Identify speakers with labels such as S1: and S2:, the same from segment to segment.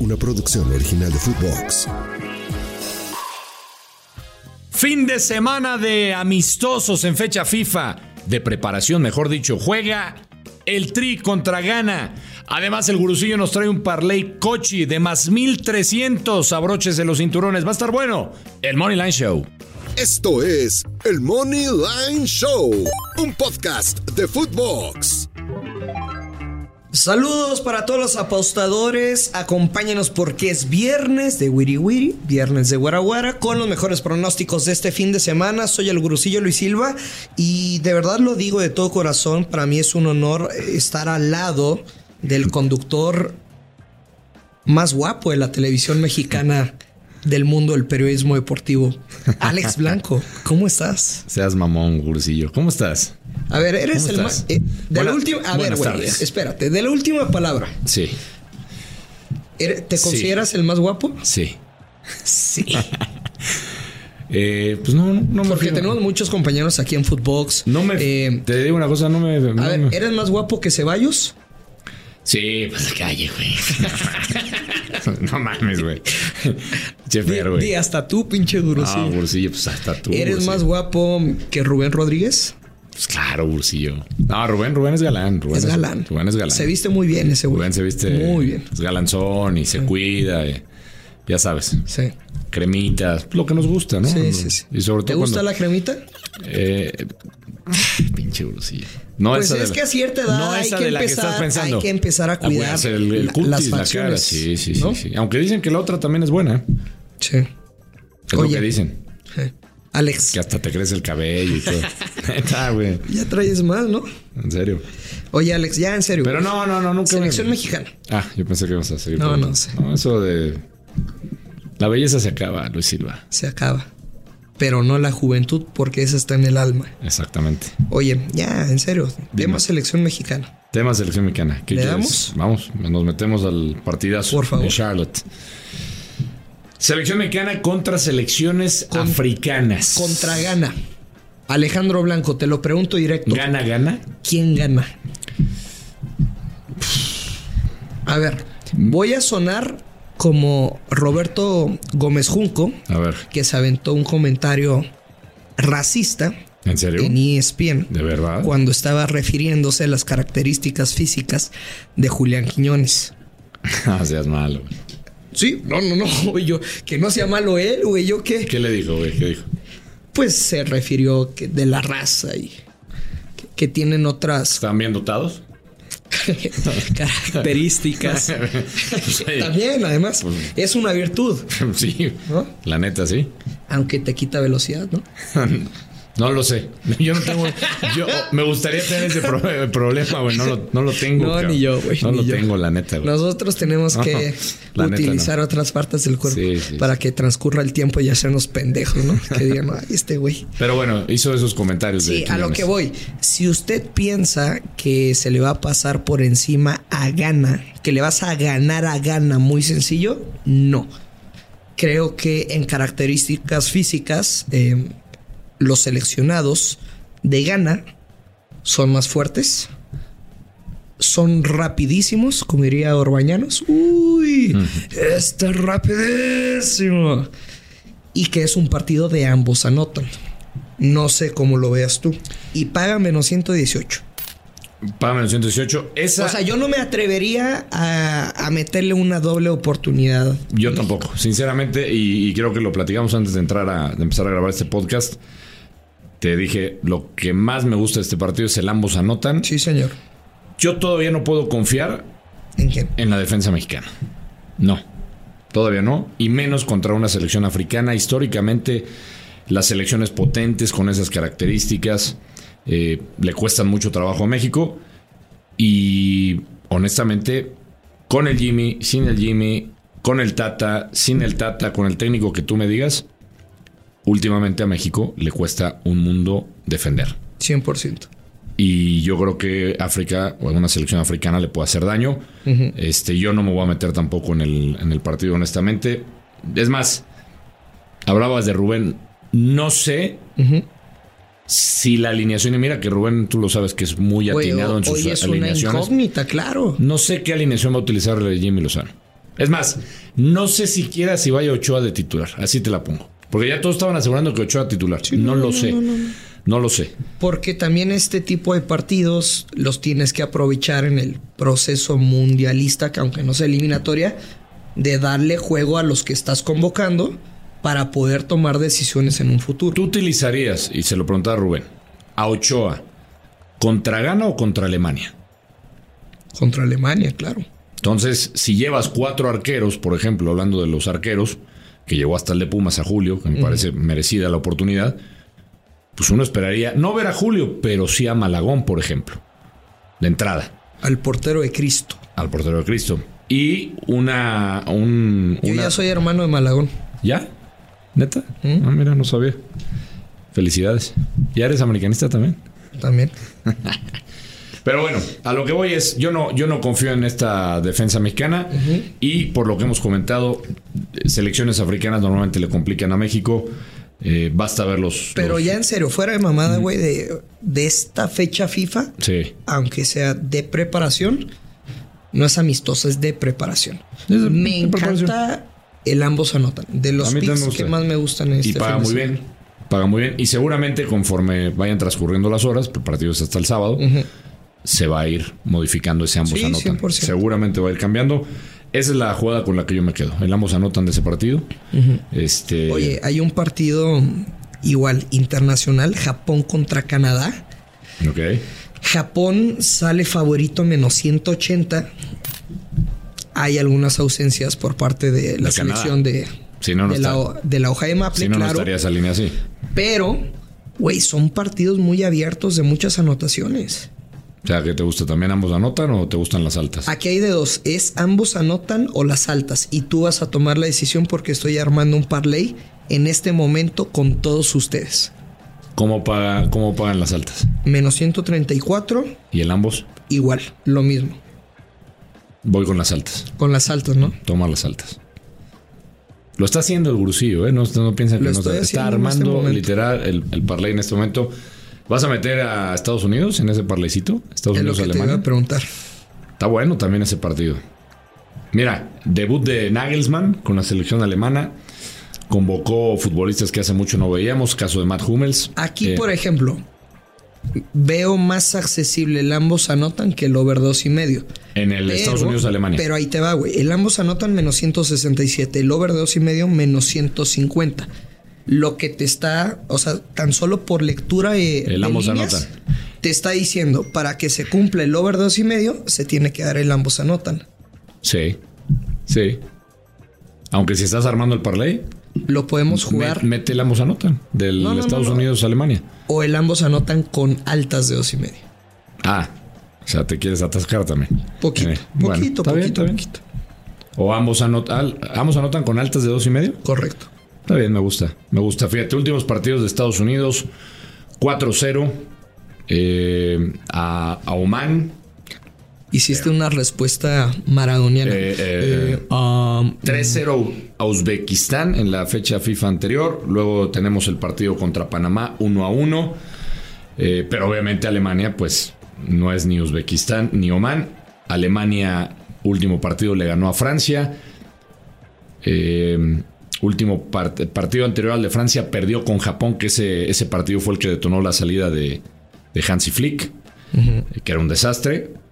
S1: una producción original de Footbox.
S2: Fin de semana de amistosos en fecha FIFA, de preparación, mejor dicho, juega el Tri contra Ghana. Además, el gurusillo nos trae un parlay cochi de más 1300 abroches de los cinturones. Va a estar bueno el Money Line Show.
S1: Esto es el Money Line Show, un podcast de Footbox.
S3: Saludos para todos los apostadores. Acompáñenos porque es viernes de Wiri Wiri, viernes de Guaraguara, con los mejores pronósticos de este fin de semana. Soy el Gurusillo Luis Silva y de verdad lo digo de todo corazón. Para mí es un honor estar al lado del conductor más guapo de la televisión mexicana del mundo del periodismo deportivo. Alex Blanco, ¿cómo estás?
S2: Seas mamón, Gursillo. ¿Cómo estás?
S3: A ver, eres el
S2: ¿Cómo
S3: más.
S2: estás?
S3: eh, de la
S2: Buena-
S3: última. A ver,
S2: buenas
S3: güey,
S2: tardes.
S3: espérate. De la última palabra.
S2: Sí,
S3: ¿er- ¿Te
S2: Sí.
S3: consideras el más guapo?
S2: sí.
S3: Sí.
S2: Eh, pues no, no, no me
S3: Porque
S2: fijo.
S3: tenemos muchos compañeros aquí en Footbox.
S2: No me.
S3: Eh,
S2: te digo una cosa, no me. no
S3: a ver,
S2: me-
S3: ¿eres más guapo que Ceballos?
S2: Sí, pues la calle, güey. no mames, güey. Chefer,
S3: Di, di
S2: güey.
S3: hasta tú, pinche
S2: Ah,
S3: durosillo.
S2: Gursillo, pues hasta tú.
S3: ¿Eres
S2: Gursillo.
S3: más guapo que Rubén Rodríguez?
S2: Pues claro, Gursillo. No, Rubén, Rubén es galán. Rubén
S3: es galán.
S2: Rubén es galán.
S3: Se viste muy bien ese güey.
S2: Rubén se viste.
S3: Muy bien. Ah.
S2: Es galanzón y se cuida. y- ya sabes,
S3: Sí.
S2: cremitas, lo que nos gusta, ¿no?
S3: Sí, sí, sí.
S2: Y sobre todo.
S3: ¿Te gusta
S2: cuando-
S3: la cremita?
S2: Eh, pinche Gursillo. No
S3: Pues
S2: esa de
S3: es
S2: la-
S3: que a cierta edad
S2: no
S3: hay
S2: esa
S3: que
S2: de la que
S3: empezar-
S2: estás pensando.
S3: hay que empezar a cuidar
S2: cuidarse el, el
S3: la-
S2: cutis,
S3: las
S2: la cara.
S3: facciones,
S2: Sí, sí, sí,
S3: ¿no?
S2: sí. Aunque dicen que la otra también es buena. ¿eh?
S3: Sí.
S2: Es
S3: Oye.
S2: lo que dicen.
S3: Sí. Alex,
S2: Que hasta te crece el cabello y todo. Neta, güey.
S3: ya traes más, ¿no?
S2: En serio.
S3: Oye, Alex, ya en serio.
S2: Pero no, no, no, nunca.
S3: Pues, Selección
S2: me-
S3: mexicana.
S2: Ah, yo pensé que íbamos a seguir.
S3: No,
S2: por-
S3: no sé.
S2: eso de. La belleza se acaba, Luis Silva.
S3: se acaba. Pero no la juventud, porque esa está en el alma.
S2: Exactamente.
S3: Oye, ya, en serio,
S2: Dime.
S3: tema selección mexicana.
S2: Tema selección mexicana. ¿Qué
S3: ¿Le
S2: quieres? Vamos, nos metemos al partidazo
S3: Por favor.
S2: de Charlotte. Selección mexicana contra selecciones
S3: Con-
S2: africanas.
S3: Contra Gana. Alejandro Blanco, te lo pregunto directo.
S2: Gana, gana.
S3: ¿Quién gana? A ver, voy a sonar como Roberto Gómez Junco,
S2: A ver,
S3: que se aventó un comentario racista
S2: ¿en serio?
S3: en E ESPN.
S2: ¿De verdad?
S3: cuando estaba refiriéndose a las características físicas de Julián Quiñones.
S2: No Ah, seas malo. güey.
S3: Sí, no, no, no, güey, yo, que no sea malo él, güey, yo qué.
S2: ¿Qué le dijo, güey? ¿Qué dijo?
S3: Pues se refirió que de la raza y que, que tienen otras
S2: ¿Están bien dotados?
S3: características.
S2: Pues, eh,
S3: También, además, es una virtud,
S2: sí,
S3: ¿no?
S2: la neta, sí.
S3: Aunque te quita velocidad, ¿no?
S2: No lo sé. Yo no tengo. Yo me gustaría tener ese pro- eh, problema, güey. No lo, no lo tengo.
S3: No,
S2: cabrón.
S3: ni yo, güey,
S2: No
S3: ni
S2: lo
S3: yo.
S2: tengo, la neta, güey.
S3: Nosotros tenemos
S2: No,
S3: que
S2: la neta,
S3: utilizar otras partes del cuerpo
S2: Sí, sí,
S3: para que transcurra el tiempo y hacernos pendejos, ¿no? Que digan, ay, este güey.
S2: Pero bueno, hizo esos comentarios. de
S3: Sí, a lo
S2: Quiñones.
S3: que voy. Si usted piensa que se le va a pasar por encima a Gana, que le vas a ganar a Gana muy sencillo, no. Creo que en características físicas, eh, los seleccionados de Gana son más fuertes, son rapidísimos, como diría Orbañanos. ¡Uy! ¡Está rapidísimo! Y que es un partido de ambos anotan. No sé cómo lo veas tú. Y paga menos 118.
S2: Págame el 118. Esa.
S3: O sea, yo no me atrevería a, a meterle una doble oportunidad.
S2: Yo tampoco, sinceramente, y, y creo que lo platicamos antes de entrar a de empezar a grabar este podcast. Te dije, lo que más me gusta de este partido es el ambos anotan.
S3: Sí, señor.
S2: Yo todavía no puedo confiar
S3: ¿En quién?
S2: en la defensa mexicana. No, todavía no, y menos contra una selección africana. Históricamente, las selecciones potentes con esas características eh, le cuestan mucho trabajo a México. Y honestamente, con el Jimmy, sin el Jimmy, con el Tata, sin el Tata, con el técnico que tú me digas, últimamente a México le cuesta un mundo defender.
S3: 100%.
S2: Y yo creo que África o alguna selección africana le puede hacer daño. Este, yo no me voy a meter tampoco en el, en el partido, honestamente. Es más, hablabas de Rubén. No sé si la alineación, y mira que Rubén, tú lo sabes que es muy
S3: Güey,
S2: atinado en
S3: hoy
S2: sus
S3: es una
S2: alineaciones.
S3: incógnita, claro.
S2: No sé qué alineación va a utilizar Jimmy Lozano. Es más, no sé siquiera si vaya Ochoa de titular. Así te la pongo. Porque ya todos estaban asegurando que Ochoa titular. no, lo sé. no lo sé.
S3: Porque también este tipo de partidos los tienes que aprovechar en el proceso mundialista, que aunque no sea eliminatoria, de darle juego a los que estás convocando para poder tomar decisiones en un futuro.
S2: ¿Tú utilizarías, y se lo preguntaba Rubén, a Ochoa contra Ghana o contra Alemania?
S3: Contra Alemania, claro.
S2: Entonces, si llevas cuatro arqueros, por ejemplo, hablando de los arqueros, que llegó hasta el de Pumas a Julio, que me parece merecida la oportunidad, pues uno esperaría no ver a Julio, pero sí a Malagón, por ejemplo, de entrada,
S3: Al portero de Cristo.
S2: al portero de Cristo. Y una... Un,
S3: Yo
S2: una-
S3: ya soy hermano de Malagón.
S2: ¿Ya? ¿Neta?
S3: ¿Mm?
S2: Ah, mira, no sabía. Felicidades. ¿Ya eres americanista también?
S3: También.
S2: Pero bueno, a lo que voy es, yo no, yo no confío en esta defensa mexicana y por lo que hemos comentado, selecciones africanas normalmente le complican a México. Eh, basta ver los...
S3: Pero
S2: los-
S3: ya en serio, fuera de
S2: Mm.
S3: mamada, güey, de, de esta fecha FIFA,
S2: Sí.
S3: aunque sea de preparación, no es amistosa, es de preparación.
S2: Es de-
S3: me
S2: de preparación.
S3: encanta el ambos anotan. De
S2: A
S3: los
S2: mí también me
S3: picks
S2: gusta.
S3: que más me gustan en este
S2: Y paga
S3: fin de
S2: muy
S3: semana.
S2: bien. Paga muy bien. Y seguramente conforme vayan transcurriendo las horas, el partido es hasta el sábado, se va a ir modificando ese ambos
S3: Sí,
S2: anotan.
S3: 100%.
S2: Seguramente va a ir cambiando. Esa es la jugada con la que yo me quedo. El ambos anotan de ese partido. Este.
S3: Oye, hay un partido igual internacional, Japón contra Canadá.
S2: Ok.
S3: Japón sale favorito menos 180. Hay algunas ausencias por parte de la
S2: De Canadá.
S3: selección de,
S2: Si no, no
S3: de, la,
S2: está-
S3: ho- de la hoja de Maple,
S2: Si no, no
S3: claro.
S2: estaría esa línea así.
S3: Pero, güey, son partidos muy abiertos de muchas anotaciones.
S2: O sea, que te gusta también ambos anotan o te gustan las altas.
S3: Aquí hay de dos, es ambos anotan o las altas y tú vas a tomar la decisión porque estoy armando un parlay en este momento con todos ustedes.
S2: ¿Cómo, paga, ¿Cómo pagan las altas?
S3: Menos 134,
S2: Y el ambos,
S3: igual, lo mismo,
S2: voy con las altas.
S3: con las altas, ¿no?
S2: Toma las altas. Lo está haciendo el gurusillo, ¿eh? No, no piensen que
S3: Lo
S2: no
S3: estoy
S2: está. Está
S3: haciendo en este
S2: armando
S3: momento.
S2: literal el, el parlay en este momento. ¿Vas a meter a Estados Unidos en ese parlaycito? Estados
S3: Es lo
S2: Unidos,
S3: que te iba
S2: Alemania.
S3: a preguntar.
S2: Está bueno también ese partido. Mira, debut de Nagelsmann con la selección alemana. Convocó futbolistas que hace mucho no veíamos. Caso de Matt Hummels.
S3: Aquí,
S2: Eh,
S3: por ejemplo, veo más accesible el ambos anotan que el over dos y medio.
S2: En el
S3: Pero-
S2: Estados Unidos-Alemania.
S3: Pero ahí te va, güey. El ambos anotan menos 167, el over de dos y medio menos 150. Lo que te está, o sea, tan solo por lectura eh,
S2: El
S3: de
S2: ambos
S3: líneas,
S2: anotan.
S3: te está diciendo para que se cumpla el over de dos y medio se tiene que dar el ambos anotan.
S2: Sí, sí. Aunque si estás armando el parlay,
S3: Lo podemos
S2: me-
S3: Pues jugar
S2: mete el ambos anotan del
S3: No, no, no,
S2: Estados
S3: no.
S2: Unidos a Alemania.
S3: o el ambos anotan con altas de dos y medio.
S2: Ah, o sea, te quieres atascar también.
S3: Poquito,
S2: Eh, bueno,
S3: poquito,
S2: está bien, está
S3: poquito,
S2: bien.
S3: poquito.
S2: O ambos, anot- al- ambos anotan con altas de dos y medio.
S3: Correcto.
S2: Está bien, me gusta. Me gusta. Fíjate, últimos partidos de Estados Unidos: 4-0 eh, a, a Oman.
S3: Hiciste una respuesta maradoniana.
S2: Eh, eh,
S3: Eh, um,
S2: 3-0 a Uzbekistán en la fecha FIFA anterior. Luego tenemos el partido contra Panamá 1 a 1. Eh, pero obviamente Alemania, pues no es ni Uzbekistán ni Oman. Alemania, último partido, le ganó a Francia. Eh, último part- partido anterior al de Francia perdió con Japón, que ese, ese partido fue el que detonó la salida de, de Hansi Flick, eh, que era un desastre.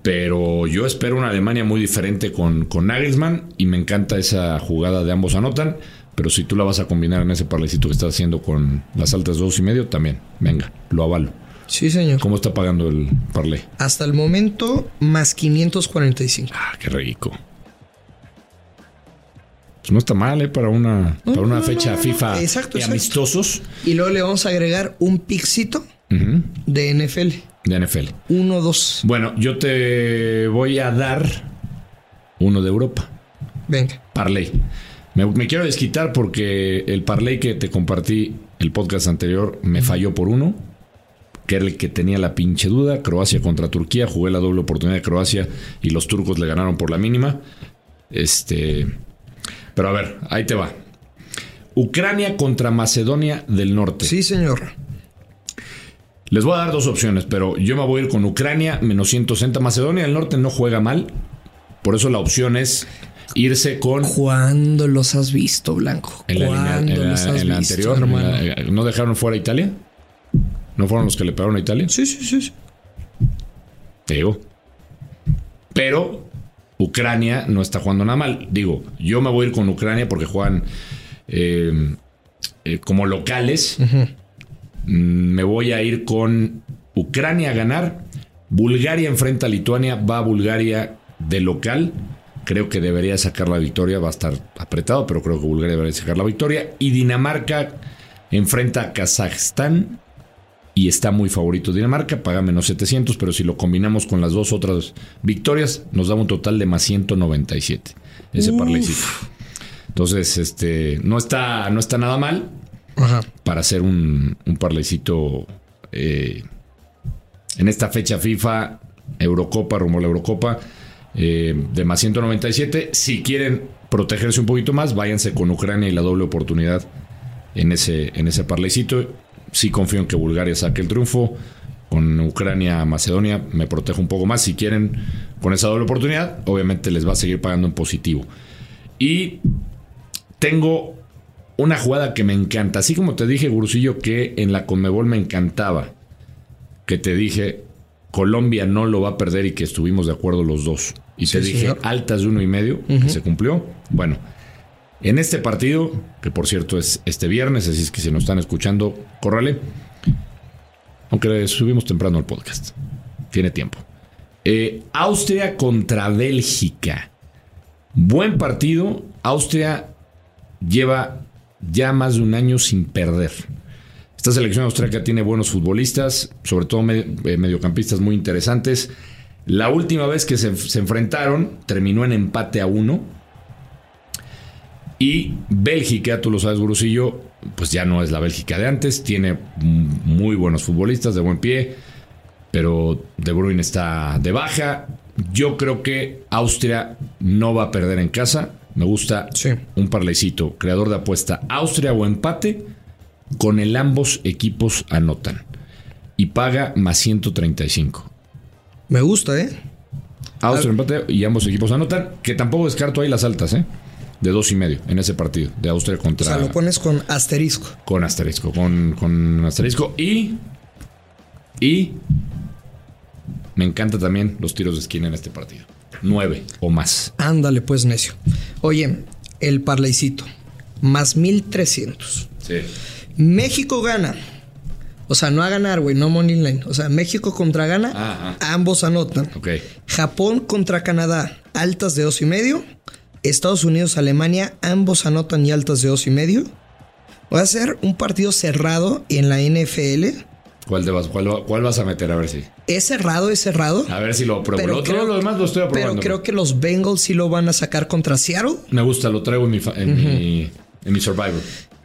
S2: Pero yo espero una Alemania muy diferente con, con Nagelsmann y me encanta esa jugada de ambos anotan. Pero si tú la vas a combinar en ese parlecito que estás haciendo con las altas dos y medio, también. Venga, lo avalo.
S3: sí, señor.
S2: ¿Cómo está pagando el parlé?
S3: Hasta el momento, más 545.
S2: Ah, qué rico. Pues no está mal, ¿eh? Para una,
S3: No,
S2: para una
S3: no, no,
S2: fecha
S3: no, no.
S2: FIFA
S3: Exacto,
S2: y
S3: exacto.
S2: amistosos
S3: Y luego le vamos a agregar un pixito
S2: Ujú,
S3: de NFL.
S2: de NFL.
S3: 1-2.
S2: Bueno, yo te voy a dar uno de Europa.
S3: Venga.
S2: Parley. Me, me quiero desquitar porque el parlay que te compartí el podcast anterior me falló por uno, que era el que tenía la pinche duda. Croacia contra Turquía, jugué la doble oportunidad de Croacia y los turcos le ganaron por la mínima. Este, pero a ver, ahí te va. Ucrania contra Macedonia del Norte.
S3: Sí, señor.
S2: Les voy a dar dos opciones, pero yo me voy a ir con Ucrania menos 160. Macedonia del Norte no juega mal. Por eso la opción es irse con.
S3: ¿Cuándo los has visto, Blanco?
S2: En la, línea-
S3: ¿Cuándo
S2: en la-
S3: los has
S2: en la
S3: visto,
S2: anterior, en
S3: hermano?
S2: la- eh, ¿no dejaron fuera a Italia? ¿No fueron los que le pegaron a Italia?
S3: Sí, sí, sí, sí.
S2: Te digo. Pero Ucrania no está jugando nada mal. Digo, yo me voy a ir con Ucrania porque juegan eh, eh, como locales. Mm, Me voy a ir con Ucrania a ganar. Bulgaria enfrenta a Lituania. Va a Bulgaria de local. Creo que debería sacar la victoria. Va a estar apretado, pero creo que Bulgaria debería sacar la victoria. Y Dinamarca enfrenta a Kazajstán y está muy favorito Dinamarca, paga menos 700, pero si lo combinamos con las dos otras victorias, nos da un total de más 197. Ese parlaycito. Entonces, este, no está, no está nada mal
S3: Ajá.
S2: para hacer un, un parlaycito eh, en esta fecha FIFA, Eurocopa, rumbo a la Eurocopa, eh, de más 197. Si quieren protegerse un poquito más, váyanse con Ucrania y la doble oportunidad en ese, en ese parlaycito. Sí confío en que Bulgaria saque el triunfo. Con Ucrania, Macedonia, me protejo un poco más. Si quieren, con esa doble oportunidad, obviamente les va a seguir pagando en positivo. Y tengo una jugada que me encanta. Así como te dije, Gurusillo, que en la Conmebol me encantaba. Que te dije, Colombia no lo va a perder y que estuvimos de acuerdo los dos. Y te
S3: Sí,
S2: dije,
S3: señor.
S2: altas de uno y medio, que se cumplió. Bueno, en este partido, que por cierto es este viernes, así es que si nos están escuchando, córrale. Aunque subimos temprano el podcast. Tiene tiempo. Eh, Austria contra Bélgica. Buen partido. Austria lleva ya más de un año sin perder. Esta selección austríaca tiene buenos futbolistas, sobre todo me- eh, mediocampistas muy interesantes. La última vez que se, se enfrentaron terminó en empate a uno. Y Bélgica, tú lo sabes, Gurusillo, pues ya no es la Bélgica de antes. Tiene m- muy buenos futbolistas de buen pie, pero De Bruyne está de baja. Yo creo que Austria no va a perder en casa. Me gusta
S3: Sí.
S2: un parlecito, creador de apuesta, Austria o empate, con el ambos equipos anotan. Y paga más 135.
S3: Me gusta, ¿eh?
S2: Austria empate y ambos equipos anotan, que tampoco descarto ahí las altas, ¿eh? De dos y medio en ese partido, de Austria
S3: O
S2: contra...
S3: sea, lo pones con asterisco.
S2: Con asterisco, con, con asterisco. Y... Y... Me encanta también los tiros de esquina en este partido. Nueve o más.
S3: Ándale, pues, necio. Oye, el parlaycito. Más 1300.
S2: Sí.
S3: México gana. O sea, no a ganar, güey, no money line. O sea, México contra gana,
S2: Ajá.
S3: ambos anotan.
S2: Ok.
S3: Japón contra Canadá, altas de dos y medio. Estados Unidos, Alemania, ambos anotan y altas de dos y medio. Va a ser un partido cerrado en la NFL.
S2: ¿Cuál, te vas, cuál, va- cuál vas a meter? A ver si...
S3: Es cerrado, es cerrado.
S2: A ver si Ah, lo apruebo.
S3: Pero
S2: Lo-
S3: creo-
S2: todo lo demás lo estoy
S3: Pero
S2: aprobando.
S3: creo que los Bengals sí lo van a sacar contra Seattle.
S2: Me gusta, lo traigo en mi, fa- en mi, en mi Survivor.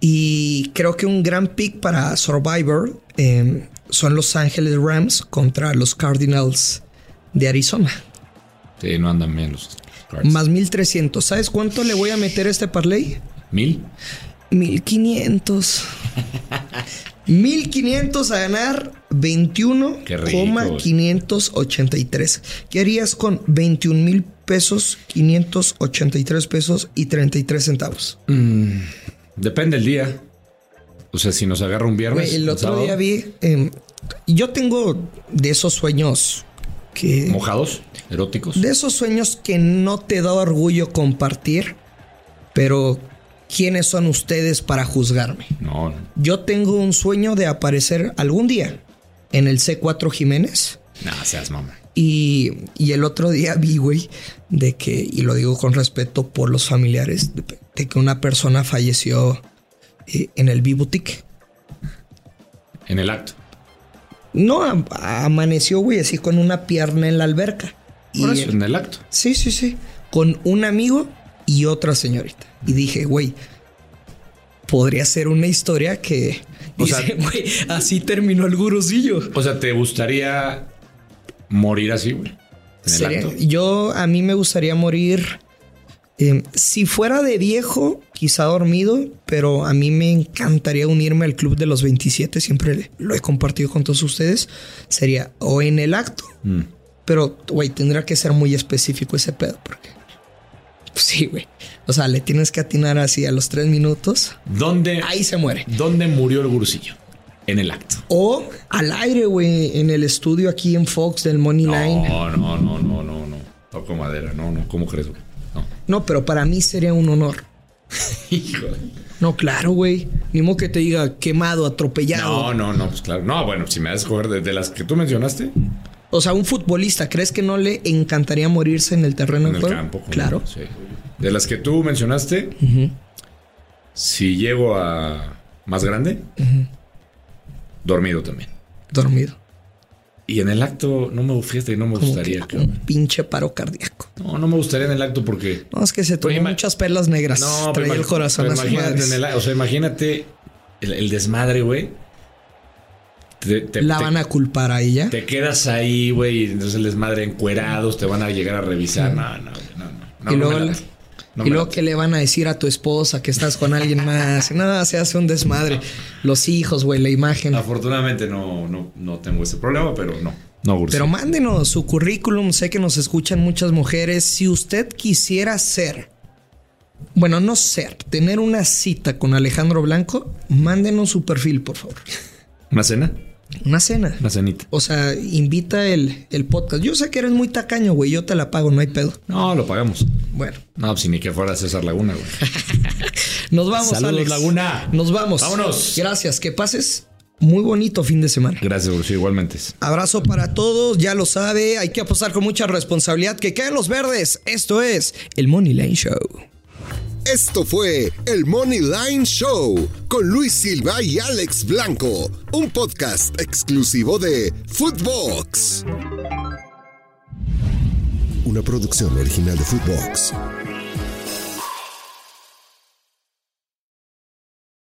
S3: Y creo que un gran pick para Survivor eh, son Los Ángeles Rams contra los Cardinals de Arizona.
S2: Sí, no andan bien los cards.
S3: Más 1300. ¿Sabes cuánto le voy a meter a este parlay?
S2: ¿Mil?
S3: 1500. 1500 a ganar
S2: Qué rico.
S3: 21,583. ¿Qué harías con 21 mil pesos, 583 pesos y 33 centavos?
S2: Depende el día. O sea, si nos agarra un viernes.
S3: Güey, el
S2: un
S3: otro
S2: sábado,
S3: día vi. eh, yo tengo de esos sueños que.
S2: Mojados, eróticos.
S3: De esos sueños que no te da orgullo compartir, pero ¿quiénes son ustedes para juzgarme?
S2: No, no.
S3: Yo tengo un sueño de aparecer algún día en el C4 Jiménez.
S2: Nah, seas mamá.
S3: Y, y el otro día vi, güey, de que, y lo digo con respeto por los familiares, de, de que una persona falleció eh, en el B-Boutique.
S2: En el acto.
S3: No, am- amaneció, güey, así con una pierna en la alberca.
S2: Por
S3: Y-
S2: eso, en el acto.
S3: Sí, sí, sí. Con un amigo y otra señorita. Y dije, güey, podría ser una historia que...
S2: O sea-
S3: Dice, güey, así terminó el gurusillo.
S2: O sea, ¿te gustaría morir así, güey? En el
S3: Sería-
S2: acto.
S3: yo, a mí me gustaría morir... eh, si fuera de viejo, quizá dormido, pero a mí me encantaría unirme al Club de los 27, siempre lo he compartido con todos ustedes, sería o en el acto
S2: Mm.
S3: Pero, güey, tendría que ser muy específico ese pedo, porque. Pues sí, güey. O sea, le tienes que atinar así a los tres minutos.
S2: ¿Dónde,
S3: Ahí se muere.
S2: ¿Dónde murió el gurusillo? En el acto.
S3: O al aire, güey, en el estudio aquí en Fox del Money Line.
S2: No, no, no, no, no, no. Toco madera. No, no. ¿Cómo crees, güey? No.
S3: No, pero para mí sería un honor.
S2: Híjole.
S3: No, claro, güey. Ni modo que te diga quemado, atropellado.
S2: No, no, no, pues claro. No, bueno, si me das a escoger de, de las que tú mencionaste,
S3: O sea, un futbolista, ¿crees que no le encantaría morirse en el terreno
S2: en
S3: de
S2: el
S3: juego?
S2: campo. como-
S3: Claro.
S2: sí. De las que tú mencionaste, si llego a más grande, dormido también.
S3: Dormido.
S2: Y en el acto, no me fíjate, no me
S3: Como
S2: gustaría.
S3: que ah,
S2: cabrón.
S3: un pinche paro cardíaco.
S2: No, no me gustaría en el acto porque.
S3: No, es que se tomó
S2: Oye, ima-
S3: muchas perlas negras.
S2: No, pero
S3: Traía
S2: imag-
S3: el corazón
S2: pero
S3: a su madre.
S2: imagínate, en el- o sea, imagínate el, el desmadre, güey. Te, te-
S3: La
S2: te-
S3: van a culpar a ella.
S2: Te quedas ahí, güey, y entonces el desmadre encuerados, te van a llegar a revisar. No, no, güey, no, no. no no
S3: y luego,
S2: me
S3: la-
S2: late. No
S3: y
S2: me
S3: luego
S2: late.
S3: que le van a decir a tu esposa que estás con alguien más. Nada, se hace un desmadre. Los hijos, güey, la imagen.
S2: Afortunadamente no, no, no tengo ese problema, pero no. No, Gursi.
S3: Pero mándenos su currículum. Sé que nos escuchan muchas mujeres. Si usted quisiera ser, bueno, no ser, tener una cita con Alejandro Blanco, mándenos su perfil, por favor.
S2: ¿Una cena?
S3: Una cena.
S2: Una cenita.
S3: O sea, invita el, el podcast. Yo sé que eres muy tacaño, güey. Yo te la pago, no hay pedo.
S2: No, lo pagamos.
S3: Bueno,
S2: No, pues ni que fuera César Laguna, güey.
S3: nos vamos,
S2: Saludos,
S3: Alex.
S2: Laguna.
S3: Nos vamos.
S2: Vámonos.
S3: Gracias. Que pases muy bonito fin de semana.
S2: Gracias, Gursi, igualmente.
S3: Abrazo para todos, ya lo sabe, hay que apostar con mucha responsabilidad. Que caen los verdes. Esto es el Money Lane Show.
S1: Esto fue el Money Line Show con Luis Silva y Alex Blanco, un podcast exclusivo de Footbox. Una producción original de Footbox.